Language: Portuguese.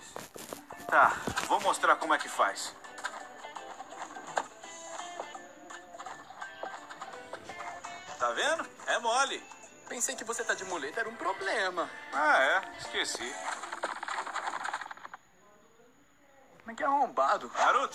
simples. Tá, vou mostrar como é que faz. Tá vendo? É mole. Pensei que você tá de muleta, era um problema. Ah, é. Esqueci. Mas é que arrombado. Naruto.